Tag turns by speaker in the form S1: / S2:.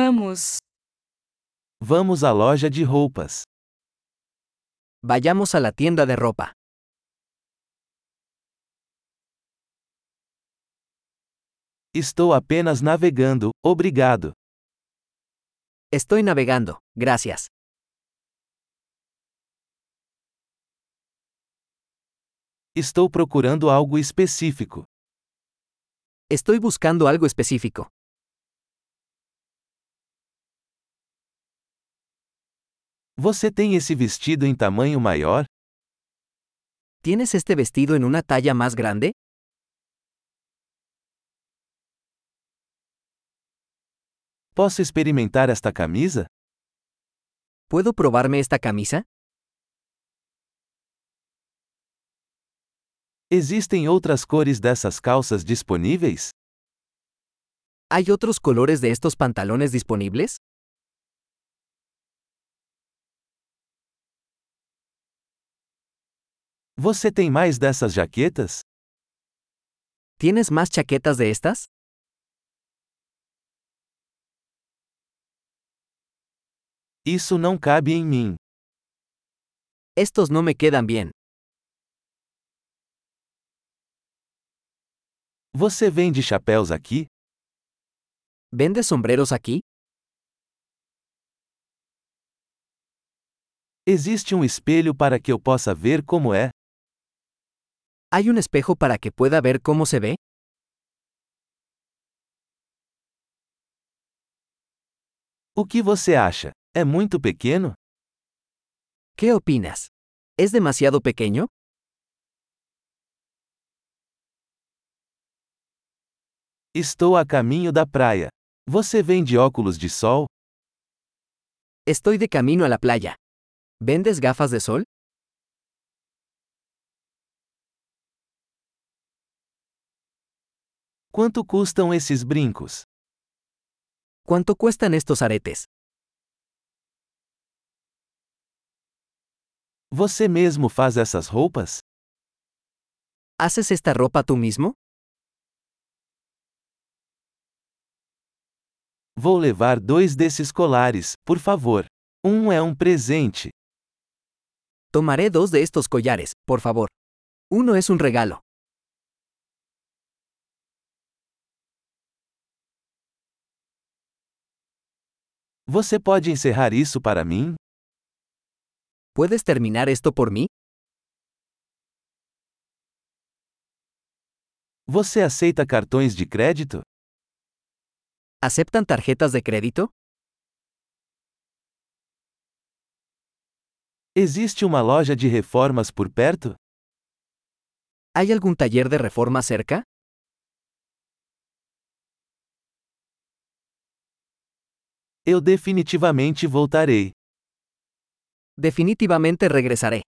S1: Vamos.
S2: Vamos à loja de roupas.
S3: Vayamos a la tienda de ropa.
S2: Estou apenas navegando, obrigado.
S3: Estoy navegando, gracias.
S2: Estou procurando algo específico.
S3: Estoy buscando algo específico.
S2: Você tem esse vestido em tamanho maior?
S3: ¿Tienes este vestido en una talla más grande?
S2: Posso experimentar esta camisa?
S3: ¿Puedo probarme esta camisa?
S2: Existem outras cores dessas calças disponíveis?
S3: ¿Hay otros colores de estos pantalones disponibles?
S2: Você tem mais dessas jaquetas?
S3: ¿Tienes más chaquetas de estas?
S2: Isso não cabe em mim.
S3: Estos no me quedan bien.
S2: Você vende chapéus aqui?
S3: ¿Vendes sombreros aquí?
S2: Existe um espelho para que eu possa ver como é?
S3: ¿Hay un espejo para que pueda ver cómo se ve?
S2: O que você acha? É muito pequeno?
S3: ¿Qué opinas? ¿Es demasiado pequeño?
S2: Estou a caminho da praia. Você vende óculos de sol?
S3: Estoy de camino a la playa. ¿Vendes gafas de sol?
S2: Quanto custam esses brincos?
S3: ¿Cuánto cuestan estos aretes?
S2: Você mesmo faz essas roupas?
S3: ¿Haces esta ropa tú mismo?
S2: Vou levar dois desses colares, por favor. Um é um presente.
S3: Tomaré dos de estos collares, por favor. Uno es un regalo.
S2: Você pode encerrar isso para mim?
S3: ¿Puedes terminar esto por mí?
S2: Você aceita cartões de crédito?
S3: ¿Aceptan tarjetas de crédito?
S2: Existe uma loja de reformas por perto?
S3: ¿Hay algún taller de reforma cerca?
S2: Eu definitivamente voltarei.
S3: Definitivamente regresaré.